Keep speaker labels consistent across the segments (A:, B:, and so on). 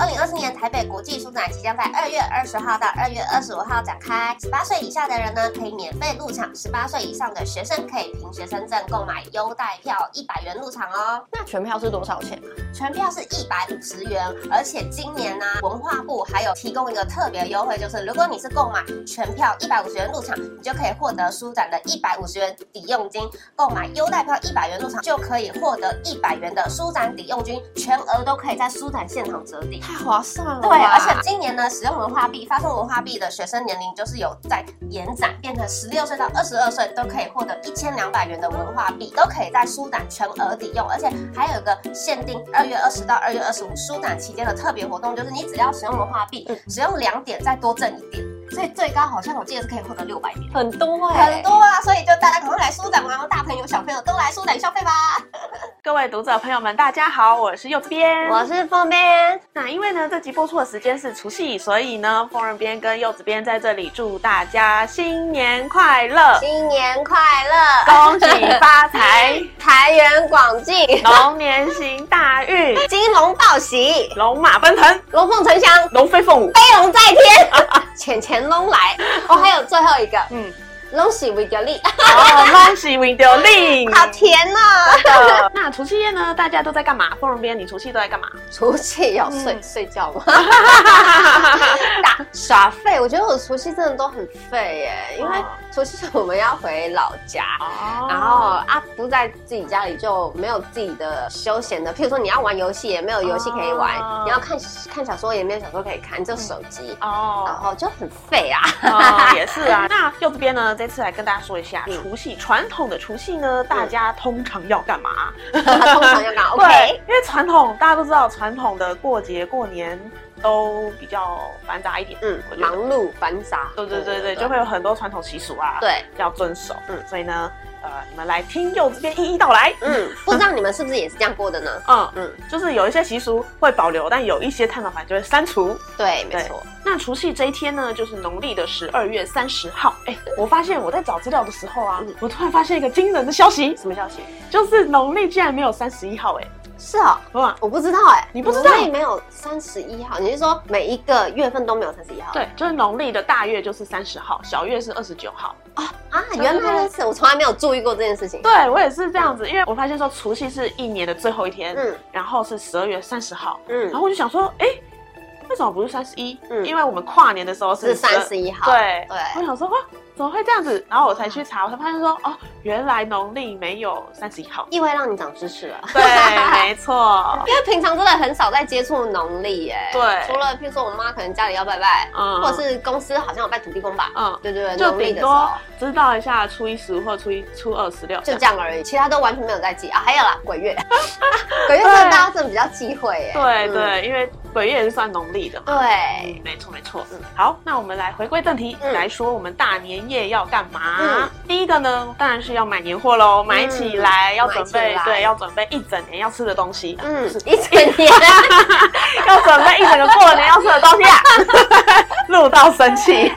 A: 二零二四年台北国际书展即将在二月二十号到二月二十五号展开。十八岁以下的人呢，可以免费入场；十八岁以上的学生可以凭学生证购买优待票，一百元入场哦。
B: 那全票是多少钱？啊
A: 全票是一百五十元，而且今年呢、文化部还有提供一个特别优惠，就是如果你是购买全票一百五十元入场，你就可以获得书展的一百五十元抵用金；购买优待票一百元入场，就可以获得一百元的书展抵用金，全额都可以在书展现场折抵。
B: 太划算了吧。
A: 对，而且今年呢，使用文化币、发送文化币的学生年龄就是有在延展，变成十六岁到二十二岁都可以获得一千两百元的文化币，都可以在书展全额抵用，而且还有一个限定二月二十到二月二十五书展期间的特别活动，就是你只要使用文化币
B: 嗯，
A: 使用两点再多挣一点，所以最高好像我记得是可以获得六百点。
B: 很多哎、
A: 很多啊，所以就大家赶快来书展玩哦，大朋友小朋友都来书展消费吧。
C: 各位读者朋友们，大家好，我是右边。
B: 我是凤边，
C: 那因为呢，这集播出的时间是除夕，所以呢，疯人边跟柚子边在这里祝大家新年快乐，
B: 新年快乐，
C: 恭喜发财，
B: 财源广进，
C: 龙年行大运，
B: 金龙报喜，
C: 龙马奔腾，
B: 龙凤呈祥，
C: 龙飞凤舞。
B: 飞龙在天，钱钱龙来。哦，还有最后一个，
C: 嗯，
B: 龙喜为有利，
C: 哦，恭喜 Window 令。
B: 好甜呐、哦！
C: 那除夕夜呢，大家都在干嘛？疯人边，你除夕都 在干嘛？
B: 除夕要睡、
C: 嗯
B: 睡觉吗？ 打耍废，我觉得我除夕真的都很废耶，因为
C: 哦
B: 除夕我们要回老家。
C: 哦
B: 然后啊，不在自己家里就没有自己的休闲的，譬如说你要玩游戏也没有游戏可以玩，
C: 哦
B: 你要看看小说也没有小说可以看，就手机，然
C: 哦，
B: 后就很废啊。
C: 哦也是啊。那柚子边呢，这次来跟大家说一下，
B: 嗯
C: 除夕传统的除夕呢，大家通常要干嘛？
B: 通常要干嘛
C: 对
B: ？OK，，
C: 因为传统大家都知道，传统的过节过年都比较繁杂一点。
B: 嗯
C: 我，觉得
B: 忙碌繁杂。
C: 对对对对，就会有很多传统习俗啊，，
B: 对。
C: 要遵守。
B: 嗯
C: 嗯，所以呢，呃，你们来听柚子边一一道来。
B: 嗯，不知道你们是不是也是这样过的呢？
C: 嗯
B: 嗯
C: 嗯，就是有一些习俗会保留，但有一些太麻烦就会删除。
B: 对，没
C: 对
B: 错。
C: 那除夕这一天呢，就是农历的十二月三十号。哎、我发现我在找资料的时候啊
B: 嗯，
C: 我突然发现一个惊人的消息，
B: 什么消息？
C: 就是农历竟然没有三十一号、哎，
B: 是哦，
C: 哇，
B: 我不知道哎、
C: 你不知道
B: 农历没有三十一号，你是说每一个月份都没有三十一号？
C: 对，就是农历的大月就是三十号，小月是二十九号。
B: 啊，原来如此，我从来没有注意过这件事情。
C: 对我也是这样子，因为我发现说除夕是一年的最后一天，
B: 嗯
C: 然后是十二月三十号，然
B: 嗯，
C: 后我就想说，哎、为什么不是三十一？
B: 嗯
C: 因为我们跨年的时候
B: 是
C: 是
B: 三
C: 一。
B: 十一号。
C: 对哦
B: 对
C: 我想说哇，怎么会这样子？然后我才去查，我才发现说哦，原来农历没有三十一号。
B: 意外让你长知识了，
C: 对，没错。
B: 因为平常真的很少在接触农历耶。
C: 对
B: 除了譬如说我妈可能家里要拜拜，
C: 嗯
B: 或者是公司好像有拜土地公吧。
C: 嗯，
B: 对对对，
C: 就
B: 农历
C: 顶
B: 的时
C: 多
B: 候
C: 知道一下初一十五或初一初二十六。
B: 就这样而已，其他都完全没有在记啊。还有啦，鬼月， 鬼月真的大家真的比较忌讳耶。
C: 对
B: 嗯
C: 对，因为鬼月也是算农历的嘛。嗯
B: 对，
C: 没错没错。好，那我们来回归正题，
B: 嗯
C: 来说我们大年夜要干嘛？
B: 嗯
C: 第一个呢，当然是要买年货喽，买起来、要准
B: 买起
C: 备
B: 来，
C: 对，要准备一整年要吃的东西，
B: 嗯，一整年，
C: 要准备一整个过年要吃的东西 啊，录到生气。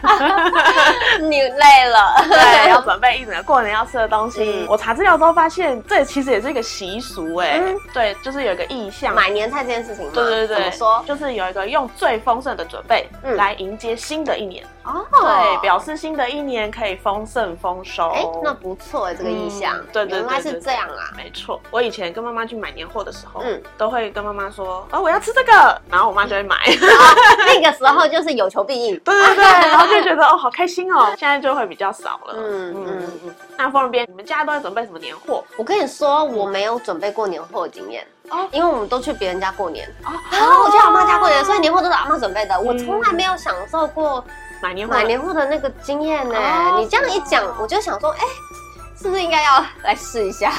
B: 你累了。
C: 对，要准备一整个过年要吃的东西。
B: 嗯
C: 我查资料之后发现，这其实也是一个习俗哎、
B: 嗯
C: 对，就是有一个意向。
B: 买年菜这件事情吗？
C: 对对对，
B: 怎么说？
C: 就是有一个用最丰盛的准备、
B: 嗯
C: 来迎接新的一年，
B: 哦，
C: 对，表示新的一年可以丰盛丰收。
B: 哎，那不错哎，这个意向
C: 嗯，对对对
B: 原来是
C: 对对
B: 这样啊。
C: 没错，我以前跟妈妈去买年货的时候，
B: 嗯
C: 都会跟妈妈说，哦，我要吃这个，然后我妈就会 买。
B: 那个时候就是有求 必应，
C: 对对对，然后就觉得哦，好开心哦。现在就会比较少了。
B: 嗯嗯嗯。
C: 那风人边，你们家都会准备什么年货？
B: 我跟你说，我没有准备过年货的经验。
C: 哦
B: 因为我们都去别人家过年，
C: 啊
B: 然后我去阿妈家过年，所以年货都是阿妈准备的。
C: 嗯
B: 我从来没有享受过
C: 买年货
B: 买年货的那个经验呢、
C: 哦
B: 你这样一讲，我就想说，哎、是不是应该要 来试一 下？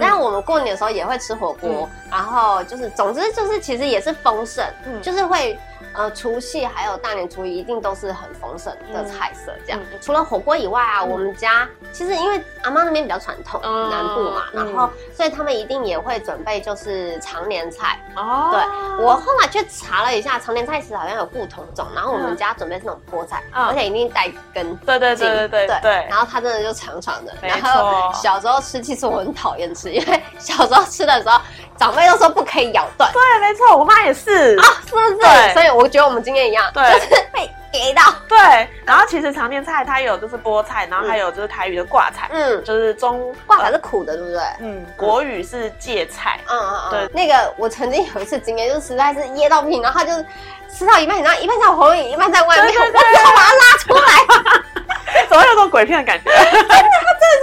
B: 但
C: 嗯
B: 我们过年的时候也会吃火锅，然后就是，总之就是，其实也是丰盛，
C: 嗯
B: 就是会。呃，除夕还有大年初一，一定都是很丰盛的菜色。这样，
C: 嗯嗯
B: 除了火锅以外啊，
C: 嗯
B: 我们家其实因为阿妈那边比较传统，
C: 嗯
B: 南部嘛，然
C: 嗯
B: 后所以他们一定也会准备就是常年菜，
C: 哦，
B: 对我后来去查了一下，常年菜其实好像有不同种，然后我们
C: 嗯
B: 家准备是那种菠菜，
C: 嗯
B: 而且一定带根。
C: 对对对对对对
B: 然后它真的就长长的。
C: 没
B: 然后
C: 错
B: 小时候吃，其实我很讨厌吃，因为小时候吃的时候长辈都说不可以咬断，啊
C: 对，没错，我妈也是。
B: 是不
C: 对
B: 是？所以我觉得我们今天一 样，
C: 对
B: 就是被给到，
C: 对，然后其实常见菜它有就是菠菜，然后还有就是台语的挂菜，
B: 嗯，
C: 就是中
B: 挂法是苦的，对不对？
C: 嗯国语是芥菜，
B: 嗯嗯
C: 对
B: 嗯，那个我曾经有一次经验，就是实在是噎到不行，然后他就是吃到一半，然后一半在喉咙里，一半在外面，
C: 对对
B: 我只好把它拉出来， 嗯
C: 怎么有种鬼片的感觉？
B: 但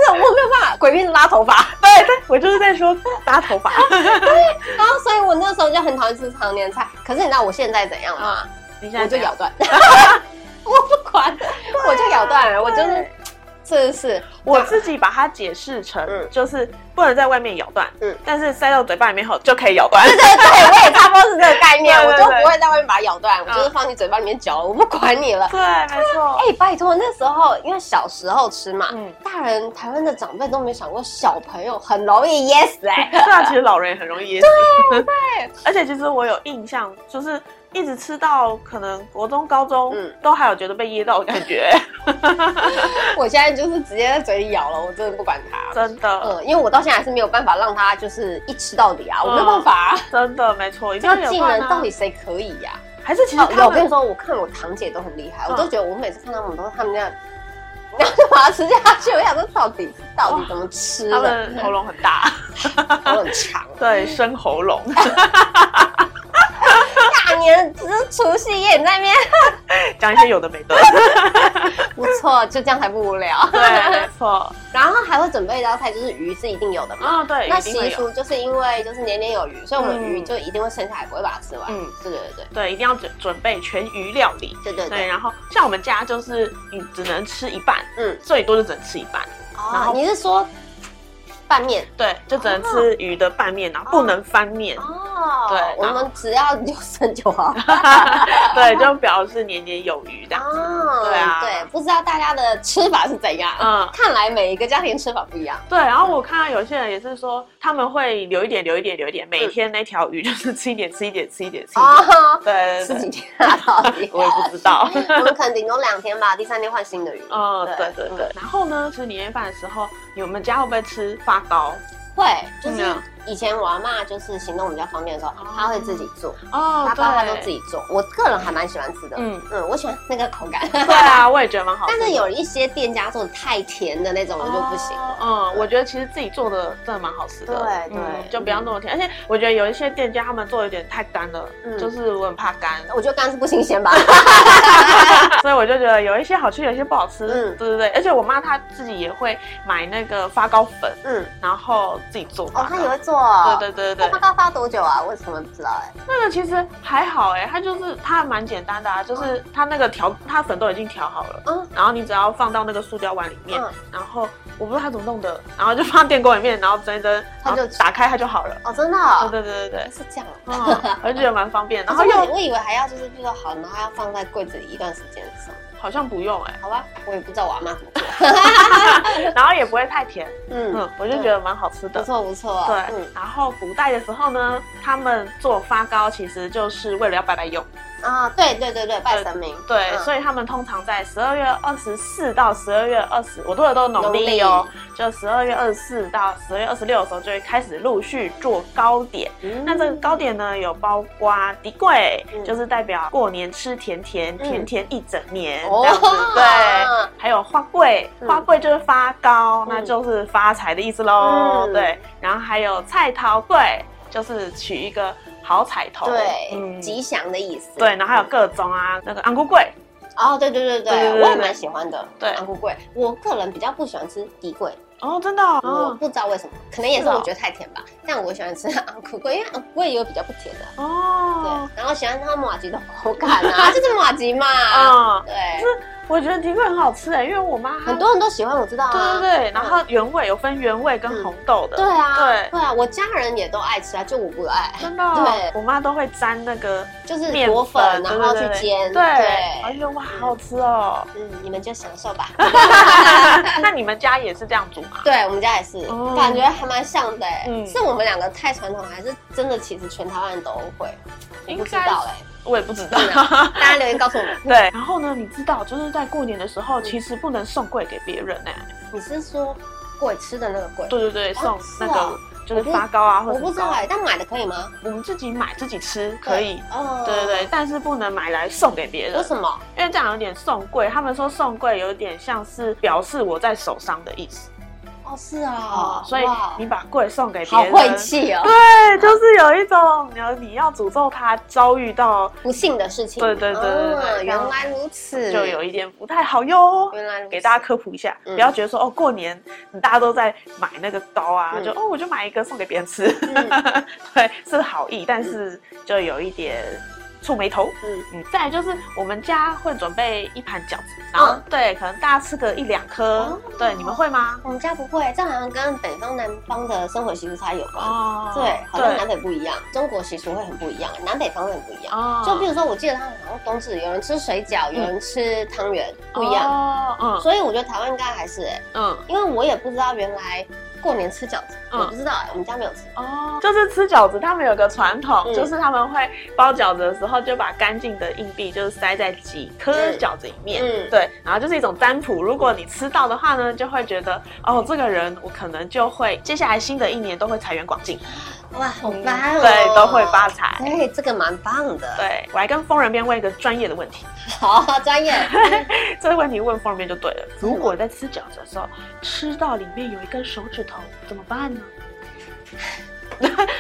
B: 是我没有办法，鬼片拉头发，
C: 对对，我就是在说拉头 发。
B: 然后所以我那时候就很讨厌吃常年菜。可是你知道我现在怎样吗？
C: 你现
B: 我
C: 在
B: 就
C: 怎样
B: 咬 断，我不管，我就咬断了，我就是
C: 对。
B: 是是，
C: 我自己把它解释成
B: 嗯
C: 就是不能在外面咬断，
B: 嗯
C: 但是塞到嘴巴里面后就可以咬断。
B: 对对对，我也差不多是这个 概念，
C: 对
B: 我
C: 对
B: 就
C: 对
B: 不会在外面把它咬断，我
C: 嗯
B: 就是放你嘴巴里面嚼了，我 不管你了。
C: 对，没错
B: 哎、。拜托，那时候因为小时候吃嘛，
C: 嗯
B: 大人台湾的长辈都没想过小朋友很容易噎死哎、
C: 对啊，其实老人也很容易噎死。 对对，而且其实我有印象，就是一直吃到可能国中、高中，
B: 嗯
C: 都还有觉得被噎到的感觉，
B: 我现在就是直接在嘴里咬了，我真的不管它。
C: 真的，
B: 嗯，因为我到现在还是没有办法让它就是一吃到底啊，我没有办法、啊。
C: 真的没错，一定
B: 这
C: 要
B: 个
C: 有
B: 技
C: 断
B: 能
C: 啊
B: 到底谁可以呀、
C: 还是其实
B: 哦，有，
C: 他
B: 我跟你
C: 们
B: 说，我看我堂姐都很厉害，
C: 嗯
B: 我都觉得我每次看他们都他们那样，然后就把它吃下去，我想说到底到底怎么吃
C: 他
B: 的，
C: 们喉咙很 大，
B: 都很啊长。
C: 对，生喉咙。
B: 大年只是除夕夜，你在那边
C: 讲一些有的 没的。
B: 不错，就这样才不无聊。
C: 对，没错。
B: 然后还会准备一道菜，就是鱼是一定有的嘛。
C: 啊，对，
B: 那
C: 一定
B: 习
C: 会有。
B: 俗就是因为就是年年有余，所以我们
C: 嗯
B: 鱼就一定会剩下来，不会把它吃完。
C: 嗯
B: 嗯，对对对
C: 对，一定要准准备全鱼料理。
B: 对对
C: 对，啊
B: 对。
C: 然后像我们家就是你只能吃一半，
B: 嗯，
C: 最多就只能吃一半。然
B: 哦
C: 后，
B: 你是说拌面？
C: 对，就只能吃鱼的半面，然后不能翻面。
B: 哦，
C: 对
B: 我们只要有剩就好。
C: 对，就表示年年有余这样。
B: 哦，
C: 对啊
B: 对，不知道大家的吃法是怎样。
C: 嗯，
B: 看来每一个家庭吃法不一样。
C: 对。然后我看到有些人也是说，他们会留一点，留一点，留一点，每天那条鱼就是吃一点，吃一点，吃一点，吃一点。
B: 嗯 哦，
C: 对
B: 十几
C: 对对，？
B: 天啊，到底
C: 我也不知道。
B: 我们可能顶多两天吧，第三天换新的鱼。
C: 嗯，对
B: 对
C: 对对。然后呢，吃年夜饭的时候，你们家会不会吃发糕？
B: 会，就是
C: 嗯
B: 以前我阿妈就是行动比较方便的时候
C: 哦，
B: 她会自己做，
C: 哦
B: 她爸爸都自
C: 己。
B: 己做。我个人还蛮喜欢吃的，
C: 嗯，
B: 嗯，我喜欢那个口感。
C: 对啊，我也觉得蛮好 吃
B: 但
C: 的。
B: 是有一些店家做的太甜的那种，我就不行。
C: 哦嗯，我觉得其实自己做的真的蛮好吃的。
B: 对对
C: 嗯就不要那么甜。而且我觉得有一些店家他们做有点太干了，
B: 嗯
C: 就是我很怕干，
B: 我觉得干是不新鲜 吧，
C: 所以我就觉得有一些好吃，有一些不好吃。
B: 嗯
C: 对对对。而且我妈她自己也会买那个发糕粉，
B: 嗯，
C: 然后自己做
B: 哦
C: 发，
B: 她
C: 糕。
B: 也会做哦。
C: 对对
B: 那
C: 对对
B: 发
C: 对，
B: 糕发多久啊？我怎么不知道？哎，
C: 那个其实还好哎、它就是它还蛮简单的啊，就是它那个调它粉都已经调好了，
B: 嗯
C: 然后你只要放到那个塑胶碗里面，
B: 嗯
C: 然后我不知道它怎么弄的，然后就放到电锅里面，然后蒸一蒸，
B: 它就
C: 然后打开它就好了。
B: 哦，真的
C: 对
B: 哦，
C: 对对对对，
B: 是这样哦。
C: 嗯，我就觉得蛮方便，然
B: 然
C: 后
B: 后
C: 又
B: 又我以为还要就是比如说好，然后要放在柜子里一段时间什么，
C: 好像不用哎、
B: 好吧？我也不知道我阿妈怎么做。
C: 然后也不会太甜，
B: 嗯，
C: 嗯，我就觉得蛮好吃
B: 不
C: 的。
B: 错不错。
C: 对，
B: 嗯
C: 然后古代的时候呢，他们做发糕其实就是为了要拜拜用，
B: 啊，对对对对，拜神明。
C: 对，
B: 嗯
C: 所以他们通常在十二月二十四到十二月二十，我做的都是农
B: 农
C: 历
B: 历
C: 哦，就十二月二十四到十二月二十六的时候就会开始陆续做糕点。
B: 嗯
C: 那这个糕点呢，有包括迪贵，
B: 嗯
C: 就是代表过年吃甜甜，
B: 嗯
C: 甜甜一整年、
B: 哦
C: 这样子，对。
B: 嗯
C: 还有花桂，
B: 嗯
C: 花桂就是发糕，
B: 嗯
C: 那就是发财的意思喽。
B: 嗯
C: 对，然后还有菜桃桂，就是取一个好彩头。嗯
B: 对，吉祥的意思。
C: 哦对，然后还有各种啊，那个昂菇桂，
B: 哦，对对对
C: 对对
B: 对，
C: 对
B: 我也蛮喜欢的。
C: 对
B: 安菇桂，我个人比较不喜欢吃底桂，
C: 哦，真的哦，
B: 我不知道为什么，可能也是
C: 是哦
B: 我觉得太甜吧。但我喜欢吃 安菇桂，因为安菇桂也有比较不甜的。
C: 哦，
B: 对，然后喜欢它马吉的口感 啊，就是马吉嘛。
C: 嗯，
B: 对，
C: 我觉得迪贵很好吃哎，因为我妈她
B: 很，多人都喜欢，我知道
C: 对
B: 啊。
C: 对对，然后原味有分原味跟红豆的，
B: 对啊，
C: 对
B: 对啊，我家人也都爱吃啊，就我不爱，
C: 真的哦，
B: 对
C: 我妈都会沾那个
B: 就是
C: 面
B: 裹粉然后去
C: 对对对
B: 煎。
C: 对，哎
B: 对，
C: 呦哇，好好吃哦。
B: 嗯，你们就享受吧。
C: 啊那你们家也是这样煮吗？
B: 对我们家也是
C: 哦，
B: 感觉还蛮像的欸
C: 嗯
B: 是我们两个太传统，还是真的？其实全台湾人都会，我
C: 应该
B: 不知道哎。
C: 我也不知道。
B: 大家留言告诉我们，
C: 对，然后呢，你知道，就是在过年的
B: 嗯
C: 时候，其实不能送贵给别人哎。
B: 你是说鬼吃的那个鬼？
C: 对对对，送
B: 哦是
C: 那
B: 啊
C: 个就是发糕啊，或
B: 我
C: 者
B: 不知道哎、但买的可以吗？
C: 我们自己买自己吃可以。
B: 哦
C: 对对对，，但是不能买来送给别人
B: 为，什么？
C: 因为这样有点送贵。他们说送贵有点像是表示我在手上的意思，
B: 哦，是啊，
C: 所以
B: 哇
C: 你把贵送给别
B: 好
C: 人，
B: 晦气哦，
C: 对，就是有一种你要你要诅咒他遭遇到，
B: 不幸的事情。
C: 对对对对对
B: 哦原来如此，
C: 就有一点不太好哟。
B: 原来如此
C: 给大家科普一下，
B: 嗯
C: 不要觉得说哦，过年大家都在买那个糕啊，
B: 嗯
C: 就哦我就买一个送给别人吃，
B: 嗯
C: 对，是好意，但是就有一点触眉头。
B: 嗯
C: 嗯，再来就是我们家会准备一盘饺子，然后、
B: 嗯
C: 对，可能大家吃个一两颗，
B: 哦
C: 对，你们会吗？
B: 我们家不会，这好像跟北方南方的生活习俗差有关。
C: 哦
B: 对，好像南北不一样，中国习俗会很不一样，南北方会很不一样。
C: 哦
B: 就比如说，我记得他们好像冬至有人吃水饺，有人吃汤圆，不一样。
C: 样，哦、
B: 所以我觉得台湾应该还是、欸，
C: 嗯嗯。
B: 因为我也不知道原来过年吃饺子，
C: 嗯
B: 我不知道、欸，我们家没有吃。
C: 哦，就是吃饺子，他们有个传统，
B: 嗯
C: 就是他们会包饺子的时候，就把干净的硬币就是塞在几颗
B: 嗯
C: 饺子里面。
B: 嗯，
C: 对，然后就是一种占卜。如果你吃到的话呢，就会觉得哦，这个人我可能就会接下来新的一年都会财源广进，
B: 哇，好棒哦！
C: 对，都会发财。
B: 对，这个蛮棒的。
C: 对，我还跟疯人边问一个专业的问题，
B: 好专业。
C: 这个问题问疯人边就对了。如果在吃饺子的时候吃到里面有一根手指头，怎么办呢？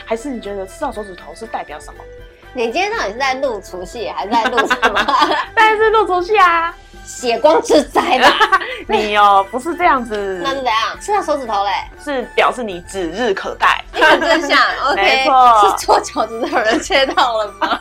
C: 还是你觉得吃到手指头是代表什 么？
B: 你今天到底是在录除夕，还是在录什么？
C: 但是露出去啊！
B: 血光之灾 吧？
C: 你哦，不是这样子，
B: 那是怎样？吃到手指头 嘞、
C: 是表示你指日可待。
B: 你很真相，OK？
C: 没错
B: 是做饺子的人切到了 吗？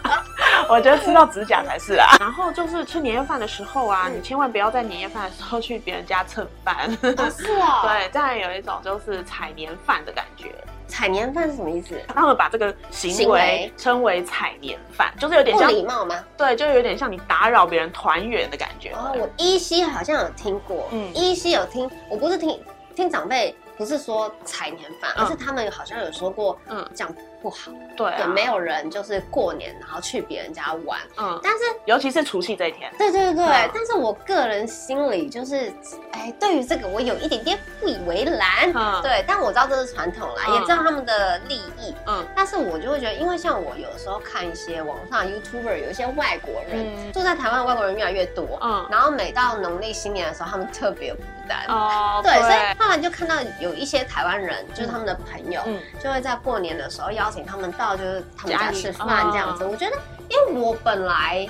C: 我觉得吃到指甲才是啊。然后就是吃年夜饭的时候啊，
B: 嗯
C: 你千万不要在年夜饭的时候去别人家蹭饭。
B: 不是哦，
C: 对，这样有一种就是踩年饭的感觉。
B: 采年饭是什么意思？
C: 他们把这个行
B: 行
C: 为
B: 为
C: 称为踩年饭，就是有点
B: 不
C: 像
B: 礼貌吗？
C: 对，就有点像你打扰别人团圆的感觉。
B: 哦，我依稀好像有听过，
C: 嗯
B: 嗯，依稀有听，我不是听听长辈不是说采年饭，
C: 嗯
B: 而是他们好像有说过，
C: 嗯
B: 嗯，这样不好，
C: 对啊
B: 对，没，有人就是过年然后去别人家玩，
C: 嗯，
B: 但是
C: 尤其是除夕这一天。
B: 对对对，
C: 嗯
B: 但是我个人心里就是，哎，对于这个我有一点点不以为然。
C: 嗯，，
B: 对，但我知道这是传统啦，
C: 嗯
B: 也知道他们的利益，
C: 嗯
B: 但是我就会觉得，因为像我有时候看一些网上 YouTuber，有一些外国人、
C: 嗯
B: 住在台湾，的外国人越来越多，
C: 嗯，
B: 然后每到农历新年的时候，他们特别孤单。
C: 哦，
B: 对，所以后来就看到有一些台湾人，就是他们的朋友，
C: 嗯
B: 就会在过年的时候邀请他们到就是他们
C: 家
B: 家
C: 里
B: 吃饭这样子。
C: 哦
B: 我觉得，因为我本来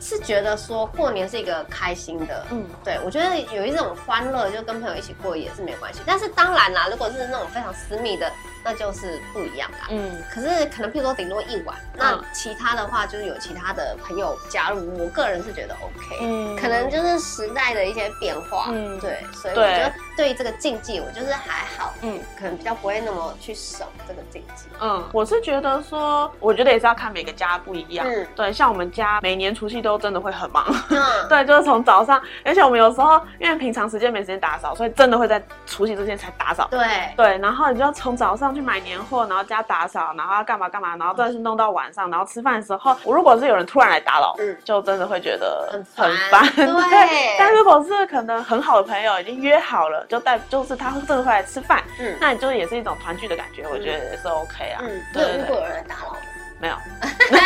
B: 是觉得说过年是一个开心的，
C: 嗯，
B: 对我觉得有一种欢乐，就跟朋友一起过也是没关系。但是当然啦，如果是那种非常私密的，那就是不一样啦。
C: 嗯
B: 可是可能譬如说顶多一晚，那其他的话就是有其他的朋友加入，我个人是觉得 OK，、
C: 嗯，
B: 可能就是时代的一些变化，
C: 嗯
B: 对，所以我
C: 对
B: 觉得对于这个禁忌，我就是还好，
C: 嗯。
B: 可能比较不会那么去守这个禁忌。
C: 嗯，我是觉得说，我觉得也是要看每个家不一样。
B: 嗯
C: 对，像我们家每年除夕都真的会很忙，
B: 嗯，
C: 对，就是从早上，而且我们有时候因为平常时间没时间打扫，所以真的会在除夕之前才打扫。
B: 对，
C: 对，然后你就要从早上去买年货，然后加打扫，然后要干嘛干嘛，然后真的是弄到晚上，然后吃饭的时候，我如果是有人突然来打扰，
B: 嗯
C: 就真的会觉得
B: 很烦
C: 很烦。
B: 对
C: 但如果是可能很好的朋友已经约好了，就带就是他真的会来吃饭，
B: 嗯
C: 那你就也是一种团聚的感觉，我觉得也是 OK 啊。
B: 嗯，
C: 对
B: 对，
C: 对
B: 如
C: 对
B: 果，有人打扰，
C: 没有。
B: 大家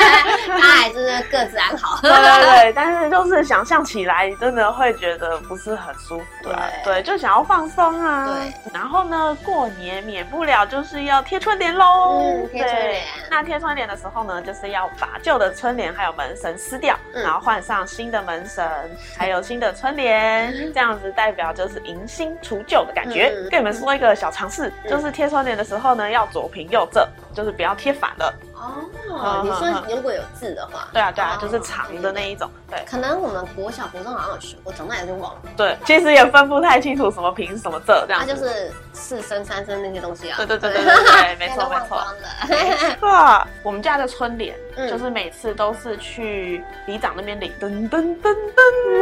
B: 还是各自安 好。
C: 对对对，但是就是想象起来，你真的会觉得不是很舒服啊。对，
B: 对
C: 就想要放松啊。
B: 对。
C: 然后呢，过年免不了就是要贴春联喽。
B: 嗯贴春
C: 对
B: 联
C: 那贴春联的时候呢，就是要把旧的春联还有门神撕掉，
B: 嗯
C: 然后换上新的门神，还有新的春联，这样子代表就是迎新除旧的感觉。
B: 嗯
C: 跟你们说一个小常识，
B: 嗯
C: 就是贴春联的时候呢，要左平右正，就是不要贴反了。
B: 哦，你说如果有字的话，
C: 对啊对啊，
B: 哦
C: 就是长的那一种。对。
B: 可能我们国小、国中好像有学过，长大有点忘了。
C: 对，其实也分不太清楚什么平什么仄这样
B: 它
C: 子。
B: 啊就是四声、三声那些东西啊。
C: 对对对对对对，
B: 现在
C: 没错
B: 都
C: 没
B: 忘
C: 错。
B: 光了。
C: 哇，我们家的春联、
B: 嗯
C: 就是每次都是去里长那边领，噔噔噔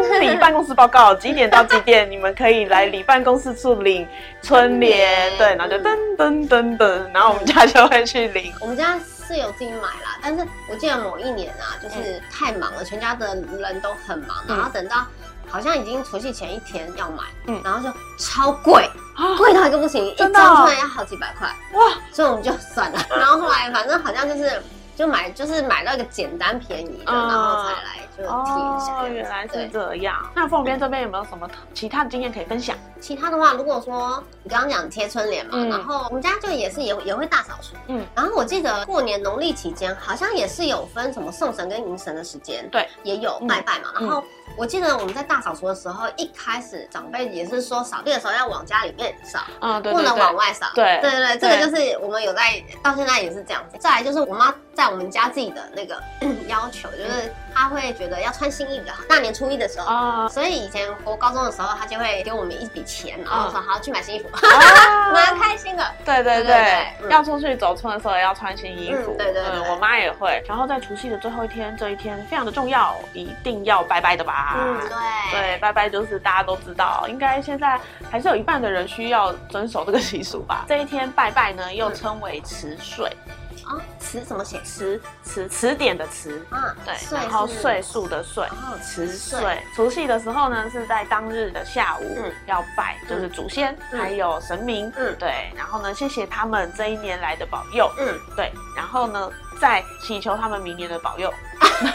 C: 噔，领办公室报告，几点到几点，你们可以来里办公室处领春联，
B: 春联
C: 对，然后就噔
B: 嗯
C: 噔噔噔，然后我们家就会去领，
B: 我们家是是有自己买啦，但是我记得某一年啊，就是太忙了，全家的人都很忙，
C: 嗯
B: 然后等到好像已经除夕前一天要买，
C: 嗯
B: 然后就超贵，
C: 啊
B: 贵到一个不行，一
C: 真
B: 张
C: 的哦
B: 出来要好几百块，
C: 哇，
B: 所以我们就算了。 然后后来反正好像就是就买就是买到一个简单便宜的，
C: 嗯
B: 然后才来就贴一下
C: 哦，
B: 这样子。
C: 原来是
B: 对
C: 这样。那凤边这边有没有什么特其他的经验可以分享？
B: 其他的话，如果说你刚刚讲贴春联嘛，
C: 嗯
B: 然后我们家就也是也也会大扫除，
C: 嗯
B: 嗯，然后我记得过年农历期间好像也是有分什么送神跟迎神的时间，
C: 对，
B: 也有
C: 嗯
B: 拜拜嘛。
C: 嗯
B: 然后我记得我们在大扫除的时候，一开始长辈也是说扫地的时候要往家里面扫，
C: 嗯，对
B: 不
C: 对
B: 能
C: 对
B: 往，外扫。
C: 对
B: 对对对，这个就是我们有在到现在也是这样子。再来就是我妈在我们家自己的那个 要求，
C: 嗯
B: 就是她会觉得要穿新衣比较好。大年初一的时候，
C: 啊，
B: 所以以前我高中的时候，他就会给我们一笔钱，然后说好去买新衣服， 蛮
C: 嗯啊
B: 开心的。
C: 对对
B: 对对
C: 对，
B: 嗯
C: 要出去走村的时候要穿新衣服。
B: 嗯对对对
C: 嗯我妈也会。然后在除夕的最后一天，这一天非常的重要，一定要拜拜的吧。
B: 嗯，对。
C: 对，拜拜就是大家都知道，应该现在还是有一半的人需要遵守这个习俗吧。 嗯这一天拜拜呢，又称为辞岁，
B: 啊，词怎么写？
C: 辞辞词典的词，
B: 啊，
C: 对，
B: 岁
C: 然后
B: 是
C: 岁数的岁。
B: 哦，
C: 辞
B: 辞岁。
C: 岁，除夕的时候呢，是在当日的下午、
B: 嗯
C: 要拜，就是祖先、
B: 嗯
C: 还有神明，
B: 嗯
C: 对，然后呢，谢谢他们这一年来的保佑，
B: 嗯，
C: 对，然后呢，再祈求他们明年的保 佑。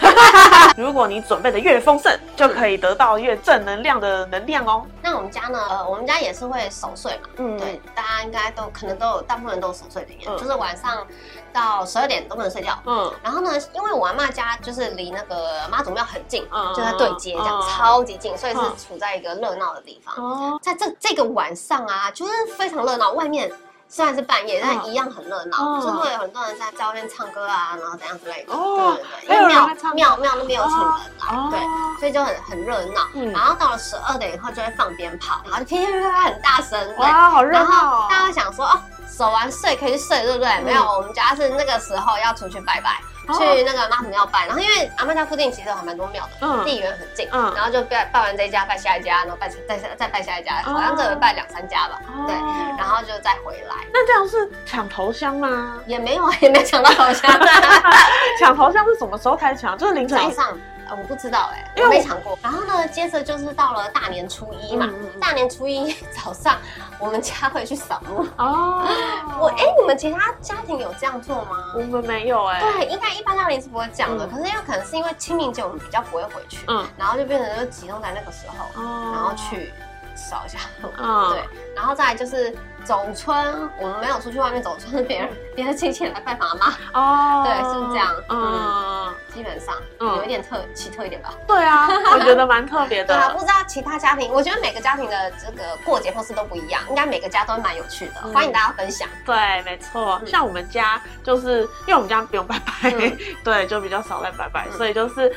C: 如果你准备的越丰盛，就可以得到越正能量的能量哦。
B: 那我们家呢？呃，我们家也是会守岁嘛。
C: 嗯，
B: 对，大家应该都可能都有，大部分人都有守岁的经验
C: 嗯
B: 就是晚上到十二点都不能睡觉。
C: 嗯，
B: 然后呢，因为我阿妈家就是离那个妈祖庙很近，
C: 嗯
B: 就在对街这样，
C: 嗯
B: 超级近，所以是
C: 嗯
B: 处在一个热闹的地方。
C: 哦，
B: 在这这个晚上啊，就是非常热闹。外面虽然是半夜，但一样很热闹，
C: 嗯
B: 就是会有很多人在在外面唱歌啊，然后怎样之类的。
C: 哦
B: 对对对，因为
C: 还有人
B: 庙
C: 在唱歌哦
B: 庙庙那边有请人来，对，
C: 对，
B: 所以就很很热闹。
C: 嗯
B: 然后到了十二点以后就会放鞭炮，然后就噼噼啪啪很大声，对。
C: 哇，好热
B: 然
C: 闹
B: 后
C: 哦，
B: 大家想说哦，守完睡可以去睡，对不对？
C: 嗯
B: 没有，我们家是那个时候要出去拜拜，
C: 哦
B: 去那个妈祖庙拜。然后因为阿妈家附近其实有还蛮多庙的，
C: 嗯，
B: 地缘很近，
C: 嗯
B: 然后就拜拜完这一家，拜下一家，然后拜再再再拜下一家，
C: 哦
B: 好像这回拜两三家吧，对，
C: 哦
B: 然后就再回来，
C: 那这样是抢头香吗？
B: 也没有啊，也没抢到头 香，
C: 抢头香是什么时候开始抢？就是凌晨
B: 早
C: 一
B: 上、呃我不知道哎、
C: 因为
B: 我没
C: 我
B: 抢过。然后呢，接着就是到了大年初一嘛，
C: 嗯嗯 嗯
B: 大年初一早上我们家会去扫墓。
C: 哦，
B: 我哎、你们其他家庭有这样做吗
C: 我？们没有哎、
B: 对，应该一般家庭是不会这样的，
C: 嗯
B: 可是因为可能是因为清明节我们比较不会回去，
C: 嗯，
B: 然后就变成就集中在那个时候，
C: 哦，
B: 然后，去扫一下墓。
C: 嗯，
B: 对，然后再来就是走村，我们没有出去外面走村，是别人别的亲戚来拜访阿妈，
C: 哦，
B: 对是这样
C: 嗯，
B: 基本上
C: 嗯
B: 有一点特奇特一点吧。
C: 对啊，我觉得蛮特别
B: 对啊，
C: 的
B: 不，知道其他家庭，我觉得每个家庭的这个过节方式都不一样，应该每个家都蛮有趣的，
C: 嗯
B: 欢迎大家分享。
C: 对，没错，
B: 嗯
C: 像我们家就是因为我们家不用拜拜，
B: 嗯
C: 对，就比较少在拜拜，
B: 嗯
C: 所以就是。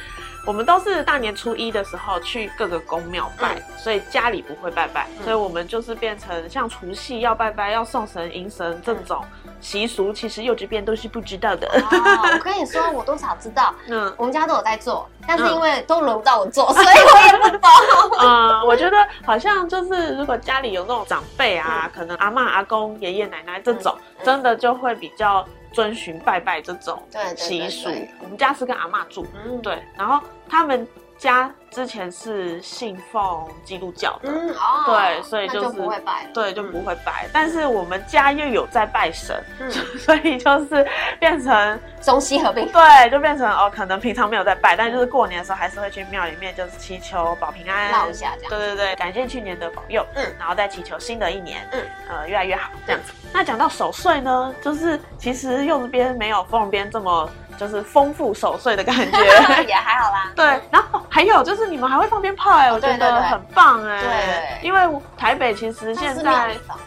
C: 我们都是大年初一的时候去各个宫庙拜，所以家里不会拜拜，
B: 嗯
C: 所以我们就是变成像除夕要拜拜、要送神、迎神这种
B: 嗯
C: 习俗，其实幼稚园都是不知道的。
B: 哦，我跟你说，我多少知道，
C: 嗯，
B: 我们家都有在做，但是
C: 嗯
B: 因为都轮不到我做，所以我也不懂。
C: 呃，我觉得好像就是，如果家里有那种长辈啊，可能阿嬷、阿公、爷爷奶奶这种，
B: 嗯嗯嗯
C: 真的就会比较遵循拜拜这种
B: 对对对
C: 习
B: 对
C: 俗。我们家是跟阿嬷住，
B: 嗯，
C: 对，然后他们家之前是信奉基督教的。
B: 嗯哦，
C: 对所以
B: 那
C: 就
B: 就是不会拜了。
C: 对，就不会拜，但是我们家又有在拜 神，
B: 嗯，
C: 所以就是变成
B: 中西合并。
C: 对，就变成哦，可能平常没有在拜，但就是过年的时候还是会去庙里面，就是祈求保平安，
B: 绕一下这样
C: 对对对，感谢去年的保佑，
B: 嗯，
C: 然后再祈求新的一年，
B: 嗯，
C: 呃，越来越好这样子。那讲到守岁呢，就是其实柚子边没有凤边这么就是丰富守岁的感 觉。
B: 也还好啦，
C: 对，然后还有就是你们还会放鞭炮哎、我觉
B: 对对对
C: 得很棒哎、
B: 对
C: 因为台北其实现
B: 是庙
C: 在
B: 里放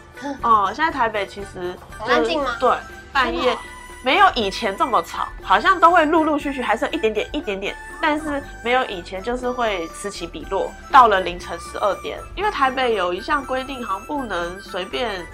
C: 哦，现在台北其实
B: 很
C: 就是
B: 安静吗
C: 对，半
B: 真的
C: 夜
B: 哦
C: 没有以前这么吵，好像都会陆陆续续，还是有一点点一点点，但是没有以前就是会此起彼落，到了凌晨十二点，因为台北有一项规定，好像不能随便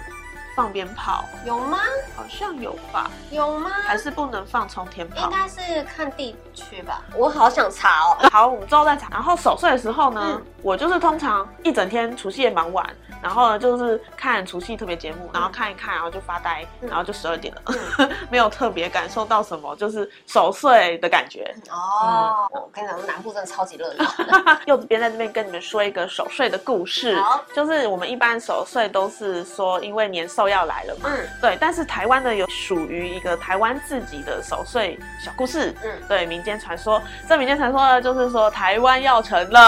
C: 放鞭炮，
B: 有吗？
C: 好像有吧，
B: 有吗？
C: 还是不能放冲天
B: 应
C: 炮。
B: 该是看地区吧？
D: 我好想查哦。
C: 好，我们之后再查。然后守岁的时候呢，
D: 嗯
C: 我就是通常一整天除夕夜忙完，然后呢就是看除夕特别节目，
B: 嗯
C: 然后看一看，然后就发呆，
D: 嗯
C: 然后就十二点了， 没有特别感受到什么，就是守岁的感觉。
B: 哦，我跟你讲，南部真的超级热闹。
C: 柚子边在这边跟你们说一个守岁的故事
B: 好，
C: 就是我们一般守岁都是说因为年兽要来了嘛，
B: 嗯
C: 对，但是台湾呢有属于一个台湾自己的守岁小故事，
B: 嗯。
C: 对民间传说，这民间传说呢就是说台湾要成了。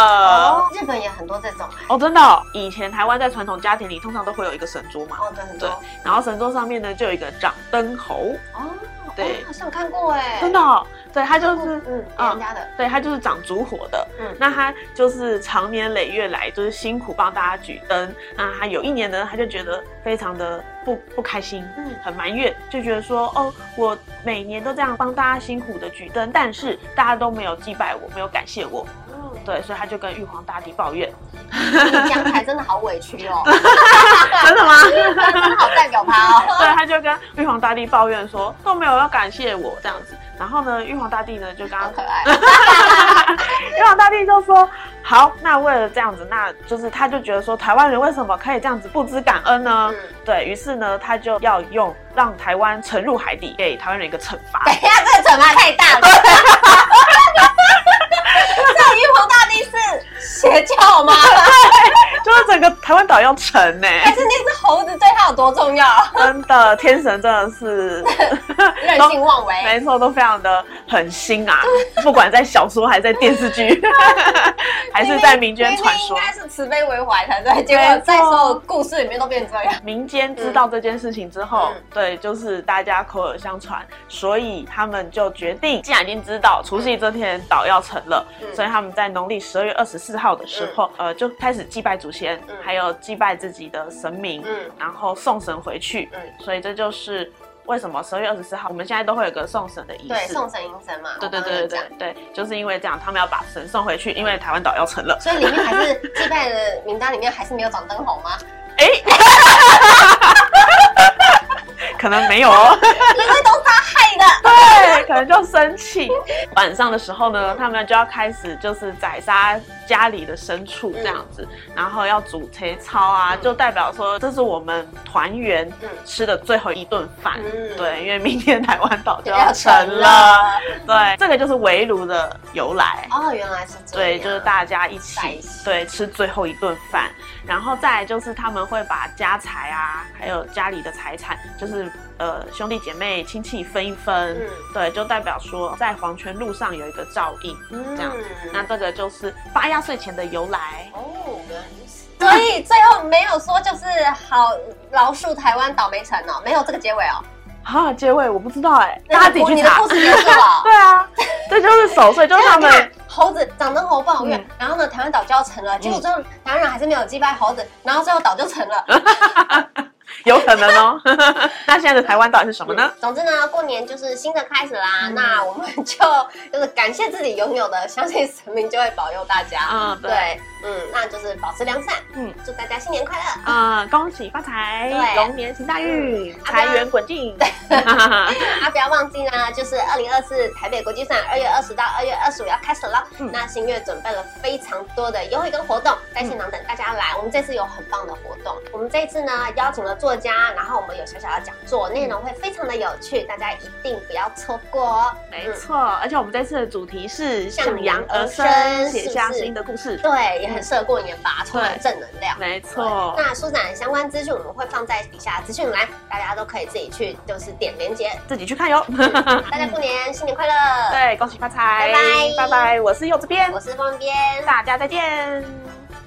B: 哦，日本也很多这种。
C: 哦，真的哦、以前台湾在传统家庭里，通常都会有一个神桌嘛，
B: 哦，对，很多。
C: 对然后神桌上面呢就有一个掌灯猴，
B: 哦，
C: 对
B: 我好像看过哎。
C: 真的、哦，对，它就是
B: 嗯，别人家的。
C: 对，它就是长烛火的。
B: 嗯
C: 那它就是常年累月来就是辛苦帮大家举灯。那它有一年呢，他就觉得非常的不不开心，
B: 嗯
C: 很埋怨，就觉得说，哦，我每年都这样帮大家辛苦的举灯，但是大家都没有祭拜我，没有感谢我，
B: 嗯，
C: 对，所以他就跟玉皇大帝抱怨，
B: 你讲起来真的好委屈 哦，
C: 真的吗？
B: 真的好代表他 哦。
C: 对，他就跟玉皇大帝抱怨说都没有要感谢我这样子。然后呢，玉皇大帝呢就刚
B: 好
C: 刚
B: 可爱。
C: 玉皇大帝就说好，那为了这样子，那就是他就觉得说台湾人为什么可以这样子不知感恩呢？
B: 嗯，
C: 对于是呢，他就要用让台湾沉入海底，给台湾人一个惩 罚。
B: 等一下，这个惩罚太大了。这玉皇大帝是邪教吗？
C: 就是整个台湾岛要沉 呢、
B: 还是那只猴子对他有多重要？
C: 真的，天神真的是
B: 任性妄为。
C: 没错，都非常的狠心啊！不管在小说还是在电视 剧，还是在民间传
B: 明明应。
C: 说
B: 该是慈悲为怀才对，结果在所有故事里面都变这样。
C: 民间知道这件事情之后，
B: 嗯
C: 对，就是大家口耳相传，所以他们就决定，既然已经知道除夕这天岛要成了，
B: 嗯
C: 所以他们在农历十二月二十四号的时候，呃，就开始祭拜祖先，
B: 嗯
C: 还有祭拜自己的神明，
B: 嗯
C: 然后送神回去。
B: 嗯
C: 所以这就是为什么十二月二十四号，我们现在都会有个送神的仪式。
B: 对，送神迎神嘛。
C: 对对
B: 我刚刚有
C: 对对
B: 讲
C: 对对，就是因为这样，他们要把神送回去，
B: 嗯
C: 因为台湾岛要成了。
B: 所以里面还是祭拜的名单里面还是没有长灯猴吗？
C: 哎、可能没有哦。
B: 因为都是他害的。
C: 对，可能就生气。晚上的时候呢，他们就要开始就是宰杀家里的牲畜这样子，然后要煮切操啊，
B: 嗯
C: 就代表说这是我们团圆
B: 嗯
C: 吃的最后一顿饭。
B: 嗯，
C: 对，因为明天台湾岛就
B: 要
C: 要
B: 成
C: 成
B: 了
C: 了。对，这个就是围炉的由来。
B: 哦，原来是这样。
C: 对，就是大家一起
B: 在一起
C: 对吃最后一顿饭，然后再来就是他们会把家财啊，还有家里的财产，就是呃兄弟姐妹亲戚分一分，
B: 嗯
C: 对，就代表说在黄泉路上有一个照应，
B: 嗯
C: 这样那这个就是八压岁钱的由来。
B: 哦，原来如此。所以最后没有说就是好老鼠台湾倒霉城哦，没有这个结尾哦。
C: 啊，结尾我不知道哎、
B: 那
C: 大家自己
B: 你
C: 去
B: 的
C: 查
B: 故。事结束了。
C: 对啊，这就是守岁， 就是他
B: 因为你
C: 们
B: 看猴子长灯猴抱怨
C: 嗯，
B: 然后呢，台湾岛就要成了，结果最后台湾人还是没有击败猴子，然后最后岛就成
C: 嗯
B: 了。
C: 有可能哦。 那现在的台湾到底是什么呢？
B: 总之呢，过年就是新的开始啦。
C: 嗯
B: 那我们就就是感谢自己拥有的，相信神明就会保佑大家。
C: 嗯对
B: 对，嗯，那就是保持良善。嗯
C: 嗯，
B: 祝大家新年快乐。
C: 啊、恭喜发财
B: 嗯对，
C: 龙年行大运，
B: 啊不然
C: 财源滚进。
B: 啊，不要忘记呢，就是二零二四台北国际展二月二十到二月二十五要开始了。
C: 嗯
B: 那新月准备了非常多的优惠跟活动，在现场等大家来。我们这次有很棒的活动，我们这一次呢邀请了作家，然后我们有小小的讲座，内容会非常的有
C: 嗯
B: 趣，大家一定不要错过哦。
C: 没错，而且我们这次的主题是向阳而
B: 向
C: 生
B: 阳而生，
C: 写下新的故事。
B: 对，也很适合过年吧，充满正能量。
C: 没
B: 对
C: 错，
B: 那书展相关资讯我们会放在底下资讯栏，大家都可以自己去，就是点连接。
C: 自己去 看哟。
B: 大家过年新年快乐！
C: 嗯对，恭喜发财，
B: 拜拜
C: 拜拜，我是柚子边
B: 我，是方边，
C: 大家再见。